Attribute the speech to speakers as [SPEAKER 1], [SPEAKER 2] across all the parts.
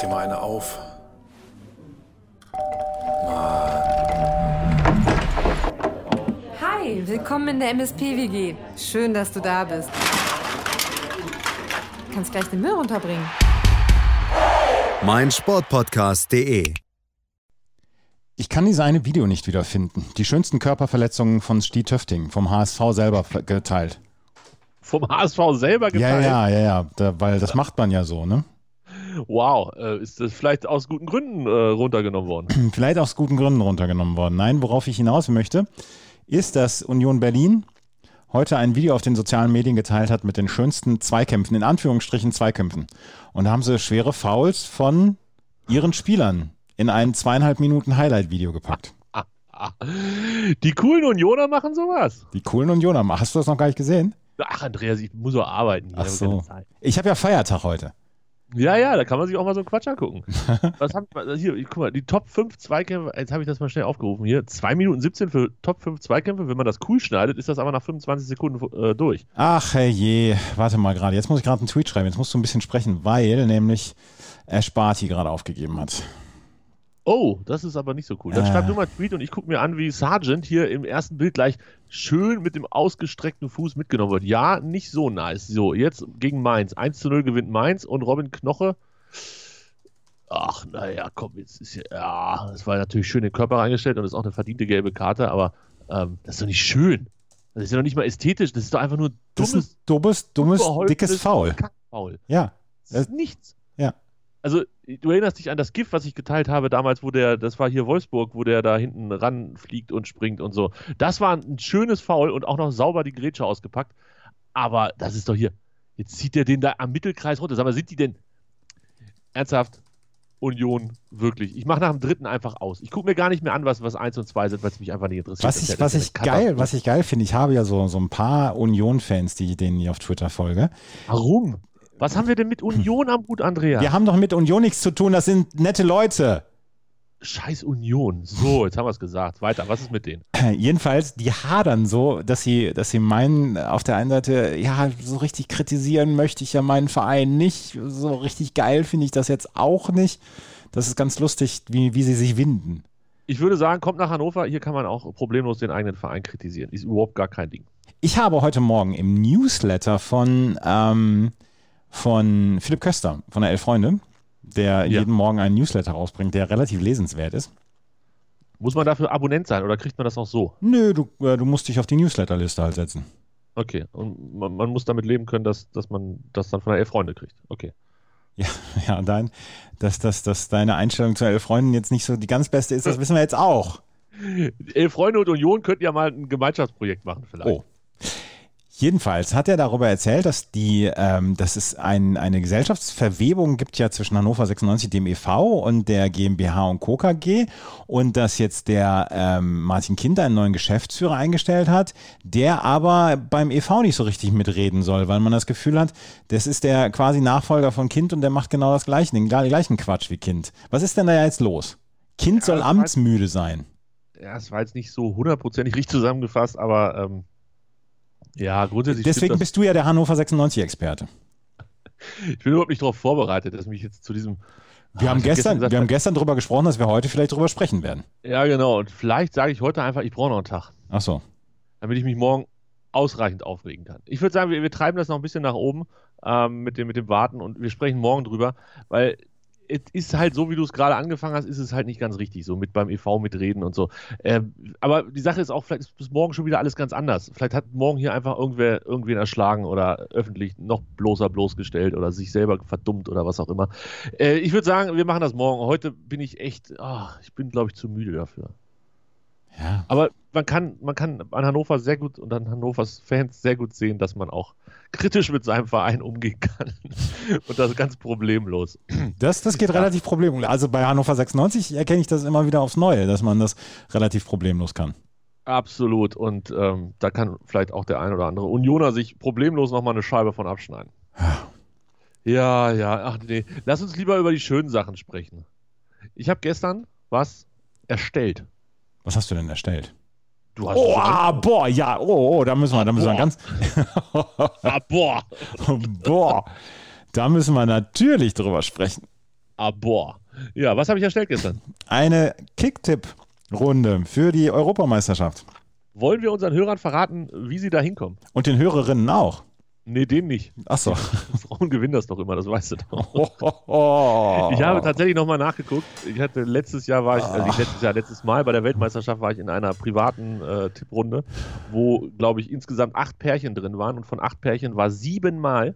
[SPEAKER 1] dir mal eine auf.
[SPEAKER 2] Hi, willkommen in der MSP-WG. Schön, dass du da bist. Du kannst gleich den Müll runterbringen.
[SPEAKER 3] mein Sportpodcast.de.
[SPEAKER 4] Ich kann dieses eine Video nicht wiederfinden. Die schönsten Körperverletzungen von Steve Töfting, vom HSV selber ver- geteilt.
[SPEAKER 5] Vom HSV selber
[SPEAKER 4] Ja,
[SPEAKER 5] geteilt.
[SPEAKER 4] ja, ja, ja, da, weil das macht man ja so, ne?
[SPEAKER 5] Wow, äh, ist das vielleicht aus guten Gründen äh, runtergenommen worden?
[SPEAKER 4] Vielleicht aus guten Gründen runtergenommen worden. Nein, worauf ich hinaus möchte, ist, dass Union Berlin heute ein Video auf den sozialen Medien geteilt hat mit den schönsten Zweikämpfen, in Anführungsstrichen Zweikämpfen. Und da haben sie schwere Fouls von ihren Spielern in ein zweieinhalb Minuten Highlight-Video gepackt.
[SPEAKER 5] Ah. Die coolen Unioner machen sowas.
[SPEAKER 4] Die coolen Unioner, hast du das noch gar nicht gesehen?
[SPEAKER 5] Ach, Andreas, ich muss auch arbeiten. Ich
[SPEAKER 4] Ach
[SPEAKER 5] habe keine
[SPEAKER 4] so.
[SPEAKER 5] Zeit.
[SPEAKER 4] Ich habe ja Feiertag heute.
[SPEAKER 5] Ja, ja, da kann man sich auch mal so einen Quatsch angucken. Was haben, also hier, guck mal, die Top 5 Zweikämpfe, jetzt habe ich das mal schnell aufgerufen hier. 2 Minuten 17 für Top 5 Zweikämpfe. Wenn man das cool schneidet, ist das aber nach 25 Sekunden äh, durch.
[SPEAKER 4] Ach je, warte mal gerade. Jetzt muss ich gerade einen Tweet schreiben. Jetzt musst du ein bisschen sprechen, weil nämlich Ash Barty gerade aufgegeben hat.
[SPEAKER 5] Oh, das ist aber nicht so cool. Dann
[SPEAKER 4] Äh.
[SPEAKER 5] schreib du mal einen Tweet und ich gucke mir an, wie Sargent hier im ersten Bild gleich schön mit dem ausgestreckten Fuß mitgenommen wird. Ja, nicht so nice. So, jetzt gegen Mainz. 1 zu 0 gewinnt Mainz und Robin Knoche. Ach, naja, komm, jetzt ist ja. Ja, das war natürlich schön in den Körper reingestellt und ist auch eine verdiente gelbe Karte, aber ähm, das ist doch nicht schön. Das ist ja noch nicht mal ästhetisch. Das ist doch einfach nur
[SPEAKER 4] Das ist
[SPEAKER 5] dummes,
[SPEAKER 4] ein dummes, dummes,
[SPEAKER 5] überholtenes
[SPEAKER 4] dickes Foul.
[SPEAKER 5] Kackfaul.
[SPEAKER 4] Ja,
[SPEAKER 5] Das ist nichts.
[SPEAKER 4] Ja.
[SPEAKER 5] Also, du erinnerst dich an das GIF, was ich geteilt habe damals, wo der, das war hier Wolfsburg, wo der da hinten ranfliegt und springt und so. Das war ein schönes Foul und auch noch sauber die Grätsche ausgepackt. Aber das ist doch hier. Jetzt zieht er den da am Mittelkreis runter. Sag mal, sind die denn ernsthaft Union wirklich? Ich mache nach dem dritten einfach aus. Ich gucke mir gar nicht mehr an, was, was 1 und 2 sind, weil es mich einfach nicht interessiert.
[SPEAKER 4] was
[SPEAKER 5] Das ist
[SPEAKER 4] ich,
[SPEAKER 5] ja-
[SPEAKER 4] was
[SPEAKER 5] das ist
[SPEAKER 4] ich
[SPEAKER 5] ja eine
[SPEAKER 4] geil, was ich geil finde, ich habe ja so, so ein paar Union-Fans, die denen ich auf Twitter folge.
[SPEAKER 5] Katastrophe. Warum? Was haben wir denn mit Union am Hut, Andreas?
[SPEAKER 4] Wir haben doch mit Union nichts zu tun, das sind nette Leute.
[SPEAKER 5] Scheiß Union. So, jetzt haben wir es gesagt. Weiter. Was ist mit denen?
[SPEAKER 4] Äh, Jedenfalls, die hadern so, dass sie, dass sie meinen, auf der einen Seite, ja, so richtig kritisieren möchte ich ja meinen Verein nicht. So richtig geil finde ich das jetzt auch nicht. Das ist ganz lustig, wie, wie sie sich winden.
[SPEAKER 5] Ich würde sagen, kommt nach Hannover, hier kann man auch problemlos den eigenen Verein kritisieren. Ist überhaupt gar kein Ding.
[SPEAKER 4] Ich habe heute Morgen im Newsletter von, ähm, von Philipp Köster von der Elf Freunde, der
[SPEAKER 5] Ja.
[SPEAKER 4] jeden Morgen einen Newsletter rausbringt, der relativ lesenswert ist.
[SPEAKER 5] Muss man dafür Abonnent sein oder kriegt man das auch so?
[SPEAKER 4] Nö, du, äh, du musst dich auf die Newsletterliste halt setzen.
[SPEAKER 5] Okay. Und man, man muss damit leben können, dass, dass man das dann von der Elf Freunde kriegt. Okay.
[SPEAKER 4] Ja, dein, dass, dass, dass deine Einstellung zu Elf Freunden jetzt nicht so die ganz beste ist, das wissen wir jetzt auch.
[SPEAKER 5] Elf Freunde und Union könnten ja mal ein Gemeinschaftsprojekt machen, vielleicht.
[SPEAKER 4] Oh. Jedenfalls hat er darüber erzählt, dass die, ähm, dass es ein, eine Gesellschaftsverwebung gibt ja zwischen Hannover 96, dem e.V. und der GmbH und Co. KG und dass jetzt der ähm, Martin Kind einen neuen Geschäftsführer eingestellt hat, der aber beim e.V. nicht so richtig mitreden soll, weil man das Gefühl hat, das ist der quasi Nachfolger von Kind und der macht genau das gleiche, den gleichen Quatsch wie Kind. Was ist denn da jetzt los? Kind soll
[SPEAKER 5] das weiß-
[SPEAKER 4] amtsmüde sein.
[SPEAKER 5] Ja, es war jetzt nicht so hundertprozentig richtig zusammengefasst, aber ähm, ja, grundsätzlich.
[SPEAKER 4] Deswegen
[SPEAKER 5] stimmt
[SPEAKER 4] bist du ja der Hannover 96-Experte.
[SPEAKER 5] das. Ich bin überhaupt nicht darauf vorbereitet, dass mich jetzt zu diesem.
[SPEAKER 4] Wir,
[SPEAKER 5] Ah,
[SPEAKER 4] haben
[SPEAKER 5] ich hab
[SPEAKER 4] gestern,
[SPEAKER 5] gesagt,
[SPEAKER 4] wir haben gestern drüber gesprochen, dass wir heute vielleicht drüber sprechen werden.
[SPEAKER 5] Ja, genau. Und vielleicht sage ich heute einfach, ich brauche noch einen Tag.
[SPEAKER 4] Ach so.
[SPEAKER 5] damit ich mich morgen ausreichend aufregen kann. Ich würde sagen, wir, wir treiben das noch ein bisschen nach oben ähm, mit, dem, mit dem Warten und wir sprechen morgen drüber, weil es ist halt so, wie du es gerade angefangen hast, ist es halt nicht ganz richtig, so mit beim EV mitreden und so. Ähm, aber die Sache ist auch, vielleicht ist bis morgen schon wieder alles ganz anders. Vielleicht hat morgen hier einfach irgendwer irgendwen erschlagen oder öffentlich noch bloßer bloßgestellt oder sich selber verdummt oder was auch immer. Äh, ich würde sagen, wir machen das morgen. Heute bin ich echt, ah, ich bin glaube ich zu müde dafür.
[SPEAKER 4] Ja.
[SPEAKER 5] Aber man kann, man kann an Hannover sehr gut und an Hannovers Fans sehr gut sehen, dass man auch kritisch mit seinem Verein umgehen kann. Und das ganz problemlos.
[SPEAKER 4] Das, das geht relativ problemlos. Also bei Hannover 96 erkenne ich das immer wieder aufs Neue, dass man das relativ problemlos kann.
[SPEAKER 5] Absolut. Und ähm, da kann vielleicht auch der ein oder andere Unioner sich problemlos nochmal eine Scheibe von abschneiden. Ja, ja, ach nee. Lass uns lieber über die schönen Sachen sprechen. Ich habe gestern was erstellt.
[SPEAKER 4] Was hast du denn erstellt?
[SPEAKER 5] Du hast
[SPEAKER 4] Oh, ah, boah, ja, oh, oh, da müssen wir, da müssen wir ganz,
[SPEAKER 5] ah, boah.
[SPEAKER 4] boah, da müssen wir natürlich drüber sprechen.
[SPEAKER 5] Abor. Ja, was habe ich erstellt gestern?
[SPEAKER 4] Eine Kicktipp-Runde für die Europameisterschaft.
[SPEAKER 5] Wollen wir unseren Hörern verraten, wie sie da hinkommen?
[SPEAKER 4] Und den Hörerinnen auch.
[SPEAKER 5] Nee, den nicht.
[SPEAKER 4] Achso.
[SPEAKER 5] Frauen gewinnen das doch immer, das weißt du doch.
[SPEAKER 4] Oh, oh, oh.
[SPEAKER 5] Ich habe tatsächlich nochmal nachgeguckt. Ich hatte letztes Jahr war ich, also
[SPEAKER 4] Ah.
[SPEAKER 5] nicht letztes Jahr, letztes Mal bei der Weltmeisterschaft war ich in einer privaten äh, Tipprunde, wo, glaube ich, insgesamt acht Pärchen drin waren und von acht Pärchen war siebenmal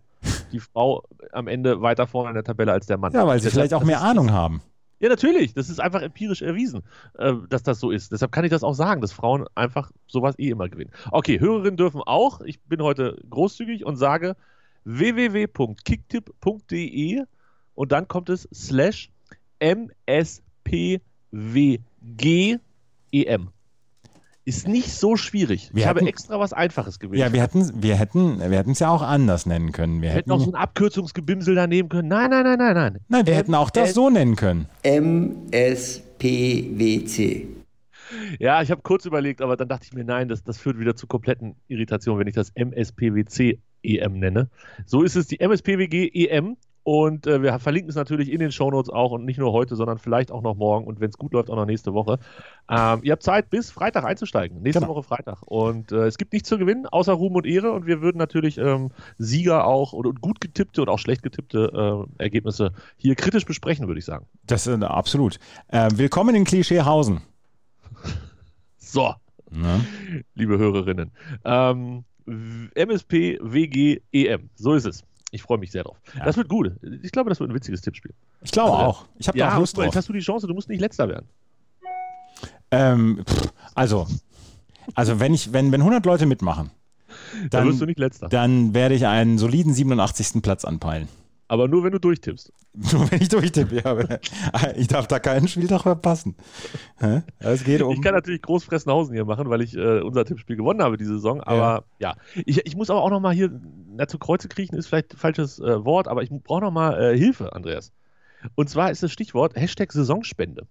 [SPEAKER 5] die Frau am Ende weiter vorne in der Tabelle als der Mann.
[SPEAKER 4] ja, weil sie
[SPEAKER 5] Deshalb-
[SPEAKER 4] vielleicht auch
[SPEAKER 5] das
[SPEAKER 4] mehr
[SPEAKER 5] ist-
[SPEAKER 4] Ahnung haben.
[SPEAKER 5] Ja, natürlich. Das ist einfach empirisch erwiesen, äh, dass das so ist. Deshalb kann ich das auch sagen, dass Frauen einfach sowas eh immer gewinnen. Okay, Hörerinnen dürfen auch. Ich bin heute großzügig und sage www.kicktipp.de und dann kommt es slash mspwgem. E Ist nicht so schwierig.
[SPEAKER 4] Wir
[SPEAKER 5] ich habe
[SPEAKER 4] hatten-
[SPEAKER 5] extra was Einfaches gewählt.
[SPEAKER 4] Ja, wir hätten wir hätten wir hätten es ja auch anders nennen können. Wir
[SPEAKER 5] wir hätten
[SPEAKER 4] hätten,
[SPEAKER 5] auch so ein Abkürzungsgebimsel daneben können. Nein, nein, nein, nein, nein.
[SPEAKER 4] nein, wir hätten auch das so nennen können.
[SPEAKER 1] MSPWC.
[SPEAKER 5] Ja, ich habe kurz überlegt, aber dann dachte ich mir, nein, das, das führt wieder zu kompletten Irritationen, wenn ich das MSPWC-EM E nenne. So ist es die MSPWG-EM E und äh, wir verlinken es natürlich in den Shownotes auch und nicht nur heute, sondern vielleicht auch noch morgen und wenn es gut läuft, auch noch nächste Woche. Ähm, ihr habt Zeit, bis Freitag einzusteigen, nächste
[SPEAKER 4] Genau.
[SPEAKER 5] Woche Freitag. Und äh, es gibt nichts zu gewinnen, außer Ruhm und Ehre und wir würden natürlich ähm, Sieger auch und, und gut getippte und auch schlecht getippte äh, Ergebnisse hier kritisch besprechen, würde ich sagen.
[SPEAKER 4] Das ist absolut. Äh, willkommen in Klischeehausen.
[SPEAKER 5] So.
[SPEAKER 4] Ne?
[SPEAKER 5] liebe Hörerinnen. Ähm, w- MSP WG EM. So ist es. Ich freue mich sehr drauf. Das wird gut. Ich glaube, das wird ein witziges Tippspiel.
[SPEAKER 4] Ich glaube
[SPEAKER 5] Also,
[SPEAKER 4] auch. Ich habe da auch Lust
[SPEAKER 5] guck mal, jetzt
[SPEAKER 4] drauf.
[SPEAKER 5] hast du die Chance, du musst nicht letzter werden.
[SPEAKER 4] Ähm, pff, also also wenn ich wenn wenn 100 Leute mitmachen,
[SPEAKER 5] Dann,
[SPEAKER 4] dann
[SPEAKER 5] wirst du nicht letzter.
[SPEAKER 4] dann werde ich einen soliden 87. Platz anpeilen.
[SPEAKER 5] Aber nur wenn du durchtippst.
[SPEAKER 4] Nur wenn ich durchtippe, aber ich darf da keinen Spieltag verpassen. Hä? Es geht um.
[SPEAKER 5] Ich kann natürlich groß Fressenhausen hier machen, weil ich äh, unser Tippspiel gewonnen habe diese Saison. Aber ja, ich, ich muss aber auch nochmal hier, na, zu Kreuze kriechen ist vielleicht ein falsches äh, Wort, aber ich brauche nochmal äh, Hilfe, Andreas. Und zwar ist das Stichwort Hashtag Saisonspende.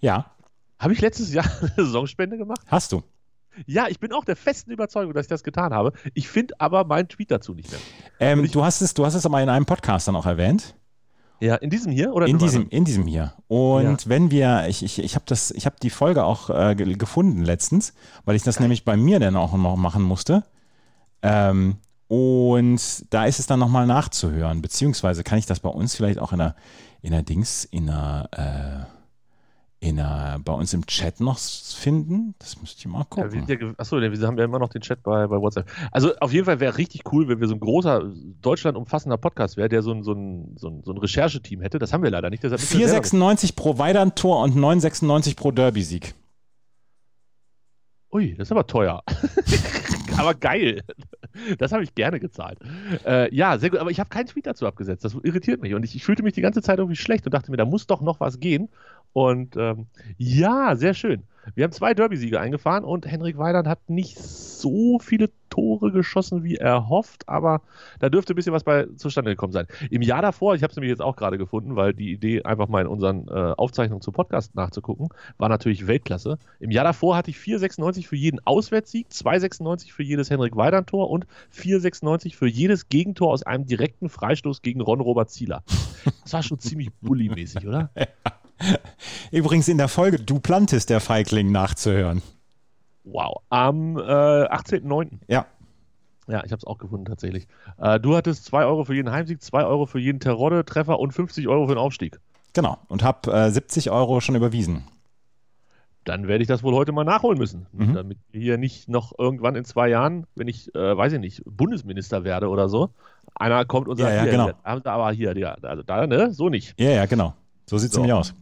[SPEAKER 4] ja,
[SPEAKER 5] Habe ich letztes Jahr eine Saisonspende gemacht?
[SPEAKER 4] hast du.
[SPEAKER 5] Ja, ich bin auch der festen Überzeugung, dass ich das getan habe. Ich finde aber meinen Tweet dazu nicht mehr.
[SPEAKER 4] Ähm,
[SPEAKER 5] Ich-
[SPEAKER 4] du hast es, du hast es aber in einem Podcast dann auch erwähnt.
[SPEAKER 5] Ja, in diesem hier oder
[SPEAKER 4] In
[SPEAKER 5] einem
[SPEAKER 4] diesem,
[SPEAKER 5] anderen?
[SPEAKER 4] in diesem hier. Und wenn wir, ich, ich, ich habe das, ich habe die Folge auch äh, ge- gefunden letztens, weil ich das nämlich bei mir dann auch noch machen musste. Ähm, und da ist es dann nochmal nachzuhören, beziehungsweise kann ich das bei uns vielleicht auch in der, in der Dings, in der, äh, in der, bei uns im Chat noch s- finden? Das müsste ich mal
[SPEAKER 5] Ja, wir
[SPEAKER 4] gucken.
[SPEAKER 5] sind ja, ge- achso, wir haben ja immer noch den Chat bei, bei WhatsApp. Also auf jeden Fall wäre richtig cool, wenn wir so ein großer, deutschlandumfassender Podcast wäre, der so ein, so, ein, so, ein, so ein Rechercheteam hätte. Das haben wir leider nicht. Deshalb müssen wir selber-
[SPEAKER 4] 496 pro Weidern-Tor und 996 pro Derby-Sieg.
[SPEAKER 5] Ui, das ist aber teuer. aber geil. Das habe ich gerne gezahlt. Äh, ja, sehr gut. Aber ich habe keinen Tweet dazu abgesetzt. Das irritiert mich. Und ich, ich fühlte mich die ganze Zeit irgendwie schlecht und dachte mir, da muss doch noch was gehen. Und ähm, ja, sehr schön. Wir haben zwei Derby-Siege eingefahren und Henrik Weidand hat nicht so viele Tore geschossen, wie er hofft, aber da dürfte ein bisschen was bei zustande gekommen sein. Im Jahr davor, ich habe es nämlich jetzt auch gerade gefunden, weil die Idee, einfach mal in unseren äh, Aufzeichnungen zum Podcast nachzugucken, war natürlich Weltklasse. Im Jahr davor hatte ich 4,96 für jeden Auswärtssieg, 2,96 für jedes Henrik Weidand-Tor und 4,96 für jedes Gegentor aus einem direkten Freistoß gegen Ron-Robert Zieler. Das war schon ziemlich bully-mäßig, oder?
[SPEAKER 4] Übrigens in der Folge Duplantis der Feigling nachzuhören.
[SPEAKER 5] Wow. Am äh, 18.09.
[SPEAKER 4] Ja.
[SPEAKER 5] Ja, ich habe es auch gefunden tatsächlich. Äh, du hattest 2 Euro für jeden Heimsieg, 2 Euro für jeden Terodde-Treffer und 50 Euro für den Aufstieg.
[SPEAKER 4] Genau. Und habe äh, 70 Euro schon überwiesen.
[SPEAKER 5] Dann werde ich das wohl heute mal nachholen müssen,
[SPEAKER 4] Mhm.
[SPEAKER 5] damit wir hier nicht noch irgendwann in zwei Jahren, wenn ich, äh, weiß ich nicht, Bundesminister werde oder so, einer kommt und sagt,
[SPEAKER 4] Ja, ja,
[SPEAKER 5] hier,
[SPEAKER 4] genau.
[SPEAKER 5] hier, haben sie aber hier, ja, also da, ne, so nicht.
[SPEAKER 4] Ja, ja, genau. So sieht es
[SPEAKER 5] So.
[SPEAKER 4] nämlich aus.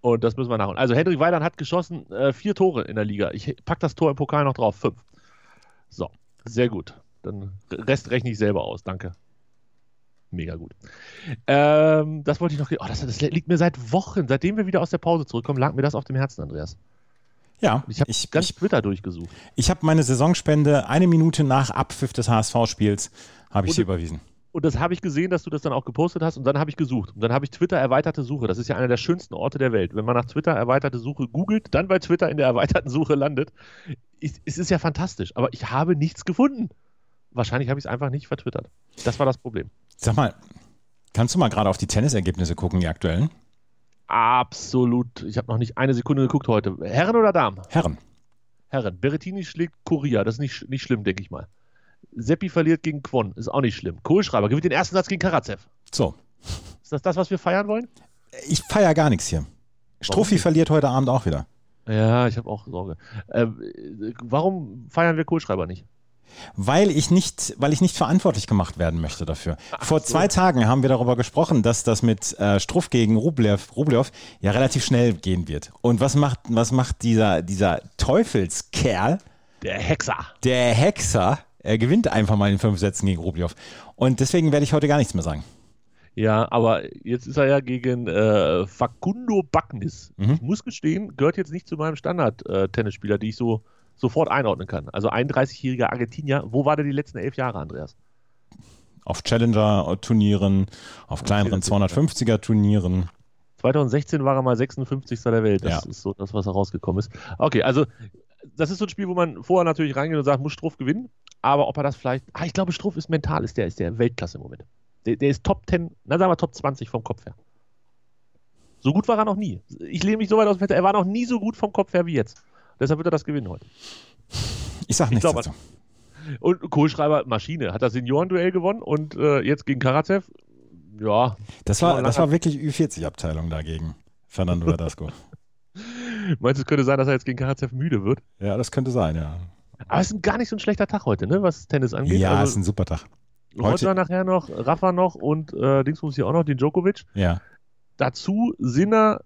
[SPEAKER 5] Und das müssen wir nachholen. Also Hendrik Weidand hat geschossen äh, vier Tore in der Liga. Ich pack das Tor im Pokal noch drauf. Fünf. So, sehr gut. Dann Rest rechne ich selber aus. Danke. Mega gut. Ähm, das wollte ich noch. ge- Oh, das, das liegt mir seit Wochen, seitdem wir wieder aus der Pause zurückkommen, lag mir das auf dem Herzen, Andreas.
[SPEAKER 4] Ja,
[SPEAKER 5] Und Ich habe
[SPEAKER 4] ich,
[SPEAKER 5] ganz
[SPEAKER 4] ich,
[SPEAKER 5] Twitter durchgesucht.
[SPEAKER 4] ich habe meine Saisonspende eine Minute nach Abpfiff des HSV-Spiels habe ich
[SPEAKER 5] Und-
[SPEAKER 4] sie überwiesen.
[SPEAKER 5] Und das habe ich gesehen, dass du das dann auch gepostet hast. Und dann habe ich gesucht. Und dann habe ich Twitter erweiterte Suche. Das ist ja einer der schönsten Orte der Welt. Wenn man nach Twitter erweiterte Suche googelt, dann bei Twitter in der erweiterten Suche landet. Es, es ist ja fantastisch. Aber ich habe nichts gefunden. Wahrscheinlich habe ich es einfach nicht vertwittert. Das war das Problem.
[SPEAKER 4] Sag mal, kannst du mal gerade auf die Tennisergebnisse gucken, die aktuellen?
[SPEAKER 5] absolut, ich habe noch nicht eine Sekunde geguckt heute. Herren oder Damen?
[SPEAKER 4] Herren.
[SPEAKER 5] Herren. Berrettini schlägt Korea, das ist nicht, nicht schlimm, denke ich mal. Seppi verliert gegen Kwon, ist auch nicht schlimm. Kohlschreiber gewinnt den ersten Satz gegen Karatsev.
[SPEAKER 4] So.
[SPEAKER 5] Ist das das, was wir feiern wollen?
[SPEAKER 4] Ich feiere gar nichts hier. Struffi verliert heute Abend auch wieder.
[SPEAKER 5] Ja, ich habe auch Sorge. Ähm, äh, warum feiern wir Kohlschreiber nicht?
[SPEAKER 4] Weil ich nicht, weil ich nicht verantwortlich gemacht werden möchte dafür. Vor zwei Tagen haben wir darüber gesprochen, dass das mit äh, Struff gegen Rublev, Rublev ja relativ schnell gehen wird. Und was macht, was macht dieser, dieser Teufelskerl,
[SPEAKER 5] Der Hexer.
[SPEAKER 4] der Hexer? Er gewinnt einfach mal in fünf Sätzen gegen Rublev. Und deswegen werde ich heute gar nichts mehr sagen.
[SPEAKER 5] Ja, aber jetzt ist er ja gegen äh, Facundo Bagnis. Ich muss gestehen, gehört jetzt nicht zu meinem Standard-Tennisspieler, die ich so sofort einordnen kann. Also 31-jähriger Argentinier. Wo war der die letzten elf Jahre, Andreas?
[SPEAKER 4] Auf Challenger-Turnieren, auf kleineren 250er-Turnieren.
[SPEAKER 5] 2016 war er mal 56. der Welt. Das
[SPEAKER 4] Ja.
[SPEAKER 5] ist so das, was herausgekommen ist. Okay, also das ist so ein Spiel, wo man vorher natürlich reingeht und sagt, muss Struff gewinnen. Aber ob er das vielleicht. Ah, ich glaube, Struff ist mental, ist der, ist der Weltklasse im Moment. Der, der ist Top 10, na sagen wir Top 20 vom Kopf her. So gut war er noch nie. Ich lehne mich so weit aus dem Fenster. Er war noch nie so gut vom Kopf her wie jetzt. Deshalb wird er das gewinnen heute.
[SPEAKER 4] Ich sage nichts
[SPEAKER 5] glaub,
[SPEAKER 4] dazu.
[SPEAKER 5] Und Kohlschreiber Maschine hat das Seniorenduell gewonnen und äh, jetzt gegen Karatsev. Ja,
[SPEAKER 4] Das
[SPEAKER 5] schon
[SPEAKER 4] war,
[SPEAKER 5] mal
[SPEAKER 4] das war wirklich Ü40-Abteilung dagegen. Fernando Verdasco.
[SPEAKER 5] meinst du, es könnte sein, dass er jetzt gegen Karatsev müde wird?
[SPEAKER 4] ja, das könnte sein, ja.
[SPEAKER 5] Aber es ist ein gar nicht so ein schlechter Tag heute, ne, was Tennis angeht.
[SPEAKER 4] Ja,
[SPEAKER 5] Also-
[SPEAKER 4] ist ein super Tag. Heute-
[SPEAKER 5] Heute war nachher noch, Rafa noch und äh, Dings muss hier auch noch, den Djokovic.
[SPEAKER 4] Ja.
[SPEAKER 5] Dazu Sinner,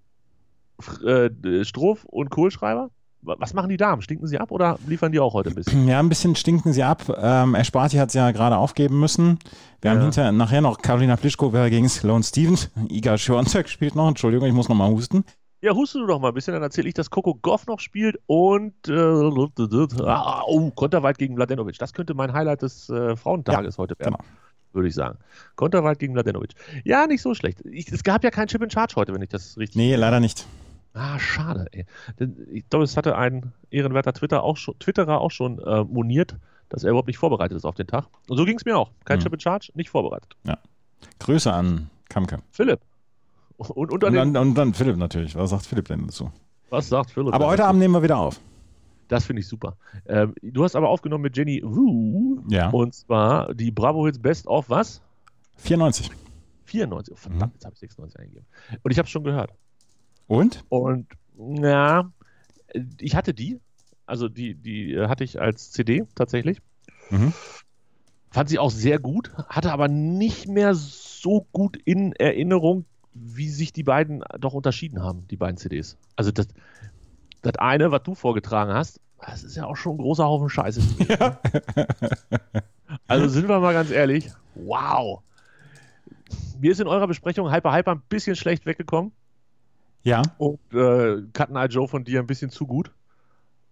[SPEAKER 5] F- äh, Stroff und Kohlschreiber. Wa- Was machen die Damen? Stinken sie ab oder liefern die auch heute ein bisschen?
[SPEAKER 4] Ja, ein bisschen stinken sie ab. Ähm, Esparti hat ja gerade aufgeben müssen. Wir haben
[SPEAKER 5] Ja.
[SPEAKER 4] hinter, nachher noch Karolina Plischko wäre gegen Sloane Stevens. Iga Schwanzek spielt noch. Entschuldigung, ich muss nochmal husten.
[SPEAKER 5] Ja, huste du doch mal ein bisschen, dann erzähle ich, dass Coco Goff noch spielt und äh, ah, oh, Konterweit gegen Mladenovic. Das könnte mein Highlight des äh, Frauentages heute werden, würde ich sagen. Konterweit gegen Mladenovic. Ja, nicht so schlecht. Ich, es gab ja keinen Chip in Charge heute, wenn ich das richtig
[SPEAKER 4] Nee, leider nicht.
[SPEAKER 5] Ah, schade. Ey. Denn Ich glaube, es hatte ein ehrenwerter Twitter auch schon, Twitterer auch schon äh, moniert, dass er überhaupt nicht vorbereitet ist auf den Tag. Und so ging es mir auch. Kein
[SPEAKER 4] Mhm.
[SPEAKER 5] Chip in Charge, nicht vorbereitet.
[SPEAKER 4] Grüße an Kamke.
[SPEAKER 5] Philipp. Und unter
[SPEAKER 4] Und
[SPEAKER 5] dem,
[SPEAKER 4] dann, und dann Philipp natürlich. Was sagt Philipp denn dazu?
[SPEAKER 5] was sagt Philipp?
[SPEAKER 4] Aber heute Abend nehmen wir wieder auf.
[SPEAKER 5] Das finde ich super. Ähm, du hast aber aufgenommen mit Jenny Wu.
[SPEAKER 4] Ja.
[SPEAKER 5] Und zwar die Bravo Hits Best of was?
[SPEAKER 4] 94.
[SPEAKER 5] 94. Oh, verdammt,
[SPEAKER 4] Mhm.
[SPEAKER 5] jetzt habe ich 96 eingegeben. Und ich habe es schon gehört.
[SPEAKER 4] Und?
[SPEAKER 5] Und na, ich hatte die, also die, die äh, hatte ich als CD tatsächlich.
[SPEAKER 4] Mhm.
[SPEAKER 5] Fand sie auch sehr gut, hatte aber nicht mehr so gut in Erinnerung, wie sich die beiden doch unterschieden haben, die beiden CDs. Also das, das eine, was du vorgetragen hast, das ist ja auch schon ein großer Haufen Scheiße. also sind wir mal ganz ehrlich, wow. Mir ist in eurer Besprechung Hyper Hyper ein bisschen schlecht weggekommen
[SPEAKER 4] Ja.
[SPEAKER 5] und äh, Cut Eye Joe von dir ein bisschen zu gut.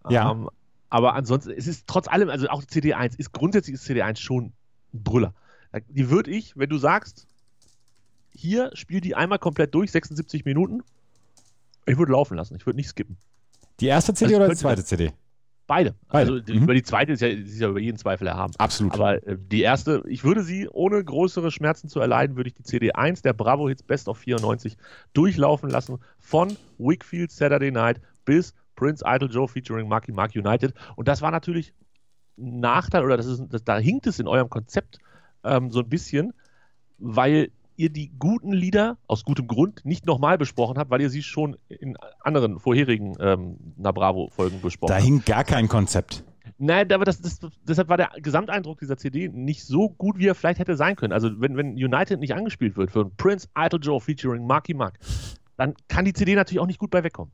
[SPEAKER 4] Ja.
[SPEAKER 5] Ähm, aber ansonsten, es ist trotz allem, also auch CD1 ist grundsätzlich ist CD1 schon ein Brüller. Äh, Die würde ich, wenn du sagst, hier spiel die einmal komplett durch, 76 Minuten, ich würde laufen lassen, ich würde nicht skippen.
[SPEAKER 4] Die erste CD
[SPEAKER 5] Also
[SPEAKER 4] oder die
[SPEAKER 5] könnte-
[SPEAKER 4] zweite CD?
[SPEAKER 5] Beide.
[SPEAKER 4] Beide,
[SPEAKER 5] Also die-
[SPEAKER 4] mhm.
[SPEAKER 5] über die zweite ist ja, ist ja über jeden Zweifel erhaben.
[SPEAKER 4] Absolut.
[SPEAKER 5] Aber äh, die erste, ich würde sie ohne größere Schmerzen zu erleiden, würde ich die CD1 der Bravo Hits Best of 94 durchlaufen lassen. Von Wakefield Saturday Night bis Prince Idol Joe featuring Marky Mark United. Und das war natürlich ein Nachteil, oder das ist, das, da hinkt es in eurem Konzept ähm, so ein bisschen, weil ihr die guten Lieder aus gutem Grund nicht nochmal besprochen habt, weil ihr sie schon in anderen vorherigen ähm, Na Bravo-Folgen besprochen
[SPEAKER 4] da
[SPEAKER 5] habt.
[SPEAKER 4] hing gar kein Konzept.
[SPEAKER 5] Nein, aber das, das, deshalb war der Gesamteindruck dieser CD nicht so gut, wie er vielleicht hätte sein können. Also, wenn, wenn United nicht angespielt wird für einen Prince Idol Joe featuring Marky Mark, dann kann die CD natürlich auch nicht gut bei wegkommen.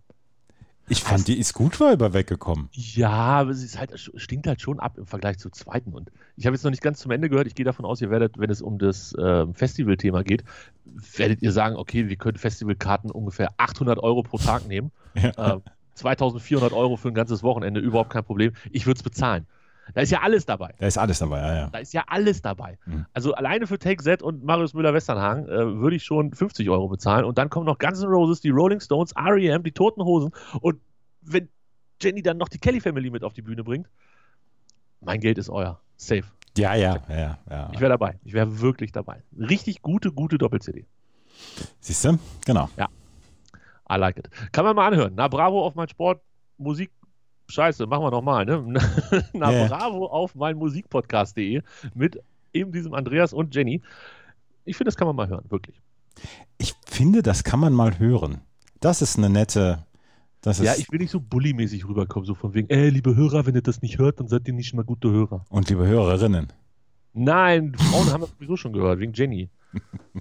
[SPEAKER 4] Ich fand, Also, die ist gut war über weggekommen.
[SPEAKER 5] Ja, aber es ist halt, stinkt halt schon ab im Vergleich zur zweiten. Und ich habe jetzt noch nicht ganz zum Ende gehört. Ich gehe davon aus, ihr werdet, wenn es um das ähm, Festivalthema geht, werdet ihr sagen, okay, wir können Festivalkarten ungefähr 800 Euro pro Tag nehmen.
[SPEAKER 4] Ja.
[SPEAKER 5] äh, 2400 Euro für ein ganzes Wochenende, überhaupt kein Problem. Ich würde es bezahlen. Da ist ja alles dabei.
[SPEAKER 4] Da ist alles dabei, ja, ja.
[SPEAKER 5] Da ist ja alles dabei.
[SPEAKER 4] Mhm.
[SPEAKER 5] Also alleine für Take Z und Marius Müller-Westernhagen äh, würde ich schon 50 Euro bezahlen. Und dann kommen noch Guns N' Roses, die Rolling Stones, R.E.M., die Toten Hosen. Und wenn Jenny dann noch die Kelly Family mit auf die Bühne bringt, mein Geld ist euer. Safe.
[SPEAKER 4] Ja, ja, ja, ja.
[SPEAKER 5] Ich wäre dabei. Ich wäre wirklich dabei. Richtig gute, gute Doppel-CD.
[SPEAKER 4] Siehst du? Genau.
[SPEAKER 5] I like it. Kann man mal anhören. Na bravo auf mein Sport, Musik, scheiße, machen wir nochmal, ne? Na
[SPEAKER 4] Ja.
[SPEAKER 5] bravo auf mein Musikpodcast.de mit eben diesem Andreas und Jenny. Ich finde, das kann man mal hören, wirklich.
[SPEAKER 4] Ich finde, das kann man mal hören. Das ist eine nette. Das ist,
[SPEAKER 5] ja, ich will nicht so bullymäßig rüberkommen, so von wegen, ey, liebe Hörer, wenn ihr das nicht hört, dann seid ihr nicht mal gute Hörer.
[SPEAKER 4] und liebe Hörerinnen,
[SPEAKER 5] Nein, Frauen haben das sowieso schon gehört, wegen Jenny. Wir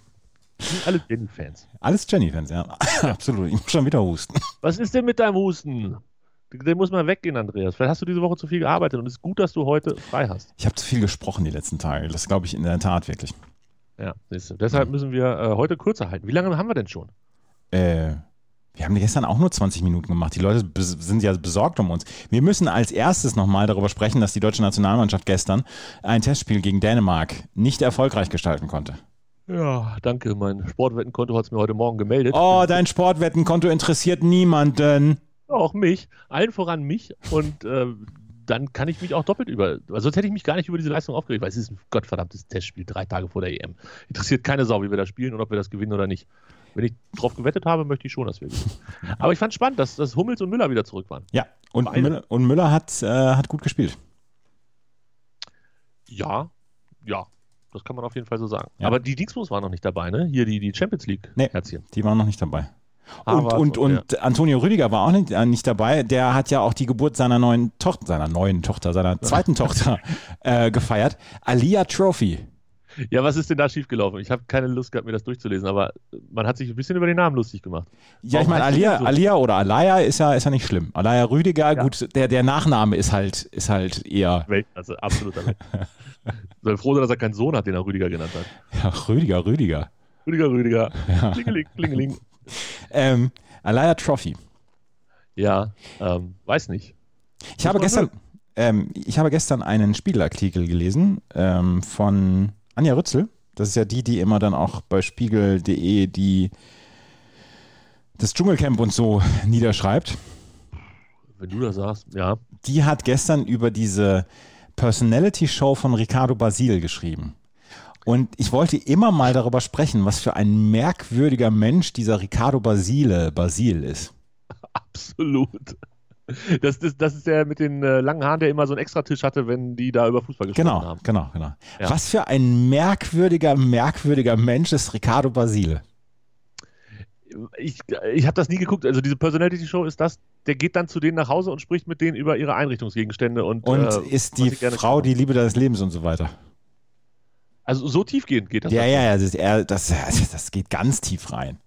[SPEAKER 5] sind alle Jenny-Fans.
[SPEAKER 4] alles Jenny-Fans, ja. Absolut. Ich muss schon wieder husten.
[SPEAKER 5] Was ist denn mit deinem Husten? Der muss mal weggehen, Andreas. Vielleicht hast du diese Woche zu viel gearbeitet und es ist gut, dass du heute frei hast.
[SPEAKER 4] Ich habe zu viel gesprochen die letzten Tage. Das glaube ich in der Tat wirklich.
[SPEAKER 5] Ja, siehst du. Deshalb müssen wir äh, heute kürzer halten. Wie lange haben wir denn schon?
[SPEAKER 4] Äh, wir haben gestern auch nur 20 Minuten gemacht. Die Leute bes- sind ja besorgt um uns. Wir müssen als erstes nochmal darüber sprechen, dass die deutsche Nationalmannschaft gestern ein Testspiel gegen Dänemark nicht erfolgreich gestalten konnte.
[SPEAKER 5] Ja, danke. Mein Sportwettenkonto hat es mir heute Morgen gemeldet.
[SPEAKER 4] Oh, dein Sportwettenkonto interessiert niemanden.
[SPEAKER 5] Auch mich. Allen voran mich. Und äh, dann kann ich mich auch doppelt über. Also sonst hätte ich mich gar nicht über diese Leistung aufgeregt, weil es ist ein gottverdammtes Testspiel, drei Tage vor der EM. Interessiert keine Sau, wie wir da spielen und ob wir das gewinnen oder nicht. Wenn ich drauf gewettet habe, möchte ich schon, dass wir gewinnen. Aber ich fand spannend, dass, dass Hummels und Müller wieder zurück waren.
[SPEAKER 4] Ja, und
[SPEAKER 5] Beide.
[SPEAKER 4] Müller, und Müller hat, äh, hat gut gespielt.
[SPEAKER 5] Ja, ja. Das kann man auf jeden Fall so sagen.
[SPEAKER 4] Ja.
[SPEAKER 5] Aber die Dingsbus waren noch nicht dabei, ne? Hier die, die Champions League
[SPEAKER 4] Nee.
[SPEAKER 5] Herzchen.
[SPEAKER 4] Die waren noch nicht dabei. Und,
[SPEAKER 5] Havertz
[SPEAKER 4] und,
[SPEAKER 5] und
[SPEAKER 4] und Antonio Rüdiger war auch nicht, äh, nicht dabei. Der hat ja auch die Geburt seiner neuen Tochter, seiner neuen Tochter, seiner zweiten Tochter äh, gefeiert. Alia Trophy.
[SPEAKER 5] Ja, was ist denn da schiefgelaufen? Ich habe keine Lust gehabt, mir das durchzulesen, aber man hat sich ein bisschen über den Namen lustig gemacht.
[SPEAKER 4] Ja, ich
[SPEAKER 5] Warum
[SPEAKER 4] meine,
[SPEAKER 5] heißt die
[SPEAKER 4] Alia,
[SPEAKER 5] denn so?
[SPEAKER 4] Alia oder Alaya ist ja, ist ja nicht schlimm. Alaya Rüdiger,
[SPEAKER 5] Ja.
[SPEAKER 4] gut, der, der Nachname ist halt, ist halt eher
[SPEAKER 5] Weltklasse, absolut. also Soll froh sein, dass er keinen Sohn hat, den er Rüdiger genannt hat.
[SPEAKER 4] ja, Rüdiger, Rüdiger.
[SPEAKER 5] Rüdiger, Rüdiger. Klingeling, klingeling.
[SPEAKER 4] Ähm, Alaya Trophy.
[SPEAKER 5] Ja, ähm, weiß nicht.
[SPEAKER 4] Ich habe
[SPEAKER 5] man
[SPEAKER 4] gestern, ähm, ich habe gestern einen Spiegelartikel gelesen ähm, von Anja Rützel. Das ist ja die, die immer dann auch bei spiegel.de die das Dschungelcamp und so niederschreibt.
[SPEAKER 5] Wenn du das sagst, ja.
[SPEAKER 4] Die hat gestern über diese Personality Show von Ricardo Basil geschrieben. Und ich wollte immer mal darüber sprechen, was für ein merkwürdiger Mensch dieser Ricardo Basile Basil ist.
[SPEAKER 5] Absolut. Das, das, das ist der mit den äh, langen Haaren, der immer so einen Extratisch hatte, wenn die da über Fußball gesprochen
[SPEAKER 4] Genau,
[SPEAKER 5] haben.
[SPEAKER 4] genau, genau.
[SPEAKER 5] Ja.
[SPEAKER 4] Was für ein merkwürdiger, merkwürdiger Mensch ist Ricardo Basile.
[SPEAKER 5] ich, ich habe das nie geguckt. Also diese Personality Show ist das, der geht dann zu denen nach Hause und spricht mit denen über ihre Einrichtungsgegenstände und,
[SPEAKER 4] Und
[SPEAKER 5] äh,
[SPEAKER 4] ist
[SPEAKER 5] was
[SPEAKER 4] die
[SPEAKER 5] sie gerne
[SPEAKER 4] Frau
[SPEAKER 5] kochen.
[SPEAKER 4] die Liebe deines Lebens und so weiter.
[SPEAKER 5] also so tiefgehend geht das.
[SPEAKER 4] ja, ja, ja, das, ist eher, das, das geht ganz tief rein.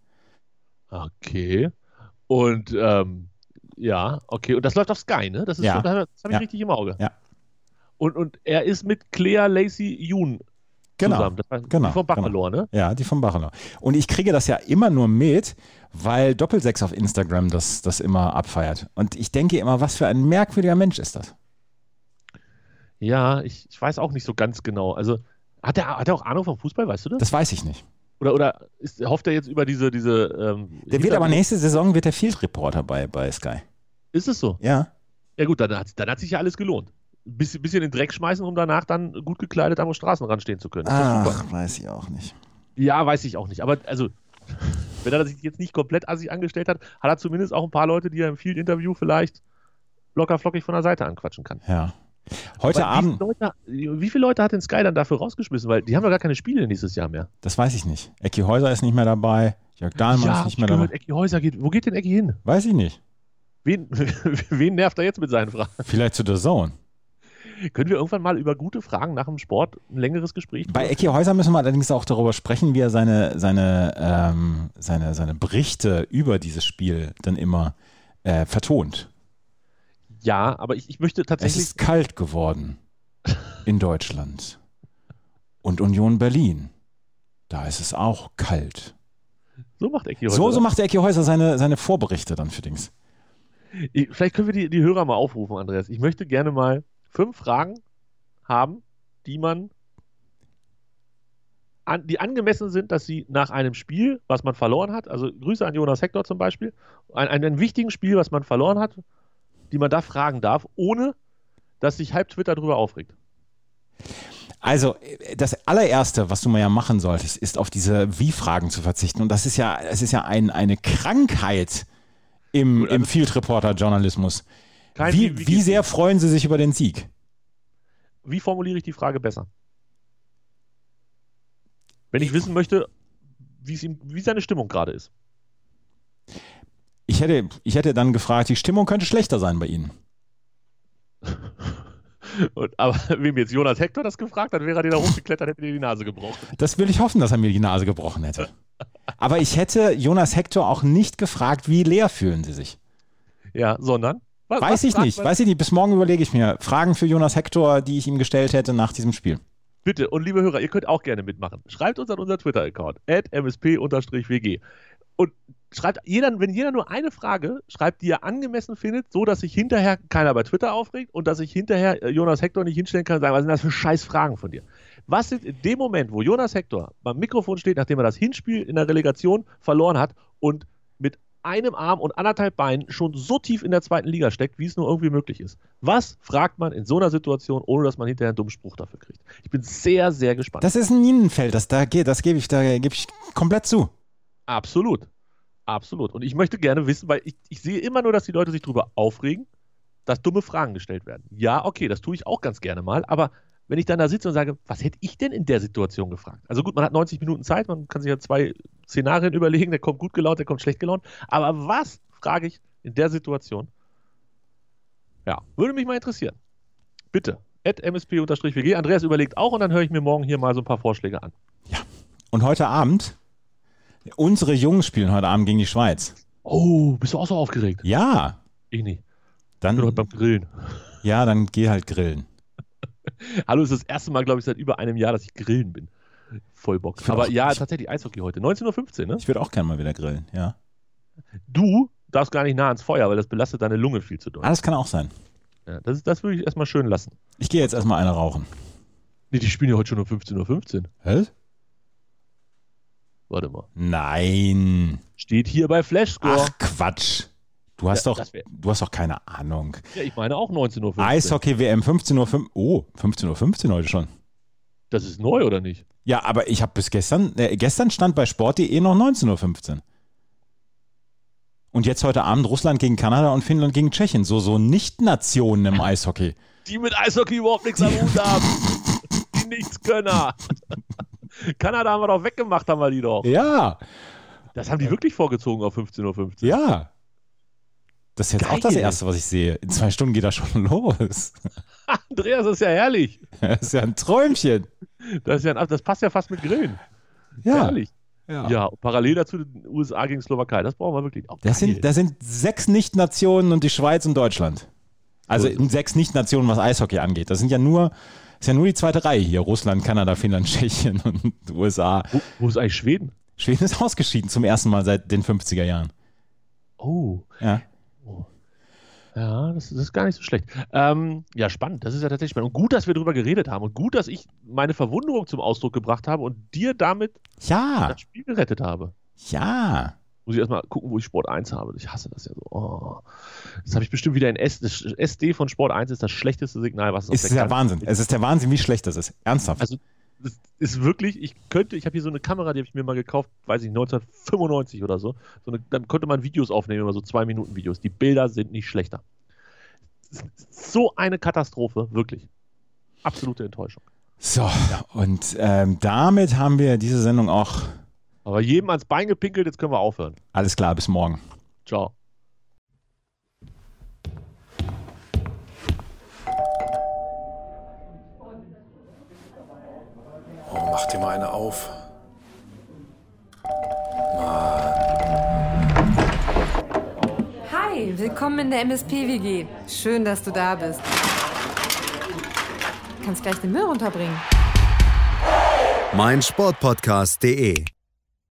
[SPEAKER 5] Okay. Und ähm, ja, okay. Und das läuft auf Sky, ne? Das ist
[SPEAKER 4] Ja.
[SPEAKER 5] so, das habe ich
[SPEAKER 4] Ja.
[SPEAKER 5] richtig im Auge.
[SPEAKER 4] Ja.
[SPEAKER 5] Und, und er ist mit Claire Lacey Yoon
[SPEAKER 4] Genau.
[SPEAKER 5] zusammen. Das war die
[SPEAKER 4] Genau,
[SPEAKER 5] Von Bangalore, ne?
[SPEAKER 4] Ja, die von Bachelor. Und ich kriege das ja immer nur mit, weil Doppelsechs auf Instagram das, das immer abfeiert. Und ich denke immer, was für ein merkwürdiger Mensch ist das?
[SPEAKER 5] Ja, ich, ich weiß auch nicht so ganz genau. Also hat er hat er auch Ahnung vom Fußball, weißt du das?
[SPEAKER 4] Das weiß ich nicht.
[SPEAKER 5] Oder, oder ist, hofft er jetzt über diese. diese ähm,
[SPEAKER 4] Der wird aber nächste Saison wird der Field Reporter bei, bei Sky.
[SPEAKER 5] Ist es so?
[SPEAKER 4] Ja.
[SPEAKER 5] Ja gut, dann hat, dann hat sich ja alles gelohnt. Bisschen, bisschen in den Dreck schmeißen, um danach dann gut gekleidet am Straßenrand stehen zu können. Das ist doch super.
[SPEAKER 4] Ach, weiß ich auch nicht.
[SPEAKER 5] Ja, weiß ich auch nicht. Aber also, wenn er sich jetzt nicht komplett assig angestellt hat, hat er zumindest auch ein paar Leute, die er im Field-Interview vielleicht locker flockig von der Seite anquatschen kann.
[SPEAKER 4] Ja. Heute
[SPEAKER 5] Aber wie viele
[SPEAKER 4] Abend,
[SPEAKER 5] Leute, wie viele Leute hat denn Sky dann dafür rausgeschmissen? Weil die haben ja gar keine Spiele nächstes Jahr mehr.
[SPEAKER 4] das weiß ich nicht. Ecki Häuser ist nicht mehr dabei. Jörg Dahlmann ist
[SPEAKER 5] ja,
[SPEAKER 4] nicht
[SPEAKER 5] ich
[SPEAKER 4] mehr
[SPEAKER 5] gehört,
[SPEAKER 4] dabei.
[SPEAKER 5] Ecki Häuser geht. Wo geht denn Ecki hin?
[SPEAKER 4] Weiß ich nicht.
[SPEAKER 5] Wen, wen nervt er jetzt mit seinen Fragen?
[SPEAKER 4] Vielleicht zu der Zone.
[SPEAKER 5] Können wir irgendwann mal über gute Fragen nach dem Sport ein längeres Gespräch
[SPEAKER 4] Bei Ecki Häuser müssen wir allerdings auch darüber sprechen, wie er seine, seine, ähm, seine, seine Berichte über dieses Spiel dann immer äh, vertont.
[SPEAKER 5] Ja, aber ich, ich möchte
[SPEAKER 4] Es
[SPEAKER 5] tatsächlich.
[SPEAKER 4] ist kalt geworden in Deutschland. Und Union Berlin, da ist es auch kalt.
[SPEAKER 5] So macht Ecki heute.
[SPEAKER 4] So, so
[SPEAKER 5] das.
[SPEAKER 4] macht Ecki Häuser seine, seine Vorberichte dann für Dings.
[SPEAKER 5] Ich- Vielleicht können wir die, die Hörer mal aufrufen, Andreas. Ich möchte gerne mal fünf Fragen haben, die man. An, die angemessen sind, dass sie nach einem Spiel, was man verloren hat, also Grüße an Jonas Hector zum Beispiel, ein, ein, ein wichtigen Spiel, was man verloren hat, die man da fragen darf, ohne dass sich halb Twitter drüber aufregt.
[SPEAKER 4] Also, äh, das allererste, was du mal ja machen solltest, ist auf diese Wie-Fragen zu verzichten. Und das ist ja, es ist ja ein, eine Krankheit im, im Field Reporter-Journalismus.
[SPEAKER 5] Kein
[SPEAKER 4] Wie,
[SPEAKER 5] Wie-
[SPEAKER 4] wie sehr freuen sie sich über den Sieg?
[SPEAKER 5] Wie formuliere ich die Frage besser? Wenn ich wissen möchte, wie, es ihm, wie seine Stimmung gerade ist.
[SPEAKER 4] Ich hätte, ich hätte dann gefragt, die Stimmung könnte schlechter sein bei ihnen.
[SPEAKER 5] Und, aber wem jetzt Jonas Hector das gefragt hat, wäre er dir da hochgeklettert, hätte dir die Nase gebrochen.
[SPEAKER 4] Das will ich hoffen, dass er mir die Nase gebrochen hätte. Aber ich hätte Jonas Hector auch nicht gefragt, wie leer fühlen sie sich.
[SPEAKER 5] Ja, sondern? Was,
[SPEAKER 4] Weiß
[SPEAKER 5] was
[SPEAKER 4] ich
[SPEAKER 5] fragt
[SPEAKER 4] nicht,
[SPEAKER 5] man-
[SPEAKER 4] weiß ich nicht. Bis morgen überlege ich mir Fragen für Jonas Hector, die ich ihm gestellt hätte nach diesem Spiel.
[SPEAKER 5] Bitte, und liebe Hörer, ihr könnt auch gerne mitmachen. Schreibt uns an unser Twitter-Account, at msp-wg. Und schreibt jeder, wenn jeder nur eine Frage schreibt, die er angemessen findet, so dass sich hinterher keiner bei Twitter aufregt und dass sich hinterher äh, Jonas Hector nicht hinstellen kann und sagen, was sind das für scheiß Fragen von dir? Was sind in dem Moment, wo Jonas Hector beim Mikrofon steht, nachdem er das Hinspiel in der Relegation verloren hat und mit einem Arm und anderthalb Beinen schon so tief in der zweiten Liga steckt, wie es nur irgendwie möglich ist. Was fragt man in so einer Situation, ohne dass man hinterher einen dummen Spruch dafür kriegt? Ich bin sehr, sehr gespannt.
[SPEAKER 4] Das ist ein Minenfeld, das, da, ge- das gebe ich, da gebe ich komplett zu.
[SPEAKER 5] Absolut. Absolut. Und ich möchte gerne wissen, weil ich, ich sehe immer nur, dass die Leute sich darüber aufregen, dass dumme Fragen gestellt werden. Ja, okay, das tue ich auch ganz gerne mal, aber wenn ich dann da sitze und sage, was hätte ich denn in der Situation gefragt? Also gut, man hat 90 Minuten Zeit, man kann sich ja zwei Szenarien überlegen, der kommt gut gelaunt, der kommt schlecht gelaunt, aber was frage ich in der Situation? Ja, würde mich mal interessieren. Bitte. At msp-wg. Andreas überlegt auch und dann höre ich mir morgen hier mal so ein paar Vorschläge an.
[SPEAKER 4] Und heute Abend, unsere Jungen spielen heute Abend gegen die Schweiz.
[SPEAKER 5] Oh, bist du auch so aufgeregt?
[SPEAKER 4] Ja,
[SPEAKER 5] Ich nicht. Ich bin heute
[SPEAKER 4] dann,
[SPEAKER 5] beim Grillen.
[SPEAKER 4] ja, dann geh halt grillen.
[SPEAKER 5] Hallo, es ist das erste Mal, glaube ich, seit über einem Jahr, dass ich grillen bin. Voll Bock.
[SPEAKER 4] Ich find
[SPEAKER 5] Aber
[SPEAKER 4] auch-
[SPEAKER 5] ja,
[SPEAKER 4] ich-
[SPEAKER 5] tatsächlich Eishockey heute. 19.15 Uhr, ne?
[SPEAKER 4] Ich würde auch gerne mal wieder grillen, ja.
[SPEAKER 5] Du darfst gar nicht nah ans Feuer, weil das belastet deine Lunge viel zu doll.
[SPEAKER 4] Ah, das kann auch sein.
[SPEAKER 5] Ja, das, ist- das würde ich erstmal schön lassen.
[SPEAKER 4] Ich gehe jetzt erstmal eine rauchen.
[SPEAKER 5] Nee, die spielen ja heute schon um 15.15 Uhr. 15.
[SPEAKER 4] Hä?
[SPEAKER 5] Warte mal.
[SPEAKER 4] Nein.
[SPEAKER 5] Steht hier bei Flashscore.
[SPEAKER 4] Ach Quatsch. Du hast,
[SPEAKER 5] Ja,
[SPEAKER 4] doch,
[SPEAKER 5] das wär-
[SPEAKER 4] du hast doch keine Ahnung.
[SPEAKER 5] Ja, ich meine auch 19.15 Uhr.
[SPEAKER 4] Eishockey WM 15.15 Uhr. oh, 15.15 Uhr heute schon.
[SPEAKER 5] Das ist neu, oder nicht?
[SPEAKER 4] Ja, aber ich habe bis gestern, äh, gestern stand bei sport.de noch 19.15 Uhr. Und jetzt heute Abend Russland gegen Kanada und Finnland gegen Tschechien. So, so Nicht-Nationen im Eishockey.
[SPEAKER 5] Die mit Eishockey überhaupt nichts am Hut haben. Die Nichtskönner. Kanada haben wir doch weggemacht, haben wir die doch.
[SPEAKER 4] Ja,
[SPEAKER 5] Das haben die wirklich vorgezogen auf 15.15 Uhr. 15.
[SPEAKER 4] ja. Das ist jetzt
[SPEAKER 5] Geil.
[SPEAKER 4] auch das Erste, was ich sehe. In zwei Stunden geht das schon los.
[SPEAKER 5] Andreas, das ist ja herrlich.
[SPEAKER 4] Das ist ja ein Träumchen.
[SPEAKER 5] Das, ist ja ein, das passt ja fast mit Grillen.
[SPEAKER 4] Ja.
[SPEAKER 5] Herrlich.
[SPEAKER 4] ja.
[SPEAKER 5] Ja, und parallel dazu den USA gegen Slowakei. Das brauchen wir wirklich. Auch
[SPEAKER 4] Das sind,
[SPEAKER 5] geil.
[SPEAKER 4] das sind sechs Nicht-Nationen und die Schweiz und Deutschland. Also
[SPEAKER 5] So ist es.
[SPEAKER 4] sechs Nicht-Nationen, was Eishockey angeht. Das sind ja nur, ist ja nur die zweite Reihe hier. Russland, Kanada, Finnland, Tschechien und USA.
[SPEAKER 5] wo, wo ist eigentlich Schweden?
[SPEAKER 4] Schweden ist ausgeschieden zum ersten Mal seit den 50er Jahren.
[SPEAKER 5] Oh,
[SPEAKER 4] Ja.
[SPEAKER 5] ja, das, das ist gar nicht so schlecht. Ähm, ja, spannend. Das ist ja tatsächlich spannend. Und gut, dass wir drüber geredet haben. Und gut, dass ich meine Verwunderung zum Ausdruck gebracht habe und dir damit
[SPEAKER 4] Ja,
[SPEAKER 5] das Spiel gerettet habe.
[SPEAKER 4] ja.
[SPEAKER 5] Muss ich erstmal gucken, wo ich Sport 1 habe. Ich hasse das ja so. Oh. Das habe ich bestimmt wieder in S. Das SD von Sport 1 ist das schlechteste Signal, was es auf
[SPEAKER 4] Es ist
[SPEAKER 5] der
[SPEAKER 4] der
[SPEAKER 5] ganzen
[SPEAKER 4] Wahnsinn. Es ist der Wahnsinn, wie schlecht das ist. Ernsthaft.
[SPEAKER 5] Also- Das ist wirklich, ich könnte, ich habe hier so eine Kamera, die habe ich mir mal gekauft, weiß ich, 1995 oder so. so eine, dann konnte man Videos aufnehmen, immer so zwei Minuten Videos. Die Bilder sind nicht schlechter. So eine Katastrophe, wirklich. Absolute Enttäuschung.
[SPEAKER 4] so, und ähm, damit haben wir diese Sendung auch.
[SPEAKER 5] Aber jedem ans Bein gepinkelt, jetzt können wir aufhören.
[SPEAKER 4] Alles klar, bis morgen.
[SPEAKER 5] Ciao.
[SPEAKER 1] Oh, mach dir mal eine auf.
[SPEAKER 2] Hi, willkommen in der MSP-WG. Schön, dass du da bist. Kannst gleich den Müll runterbringen.
[SPEAKER 3] meinsportpodcast.de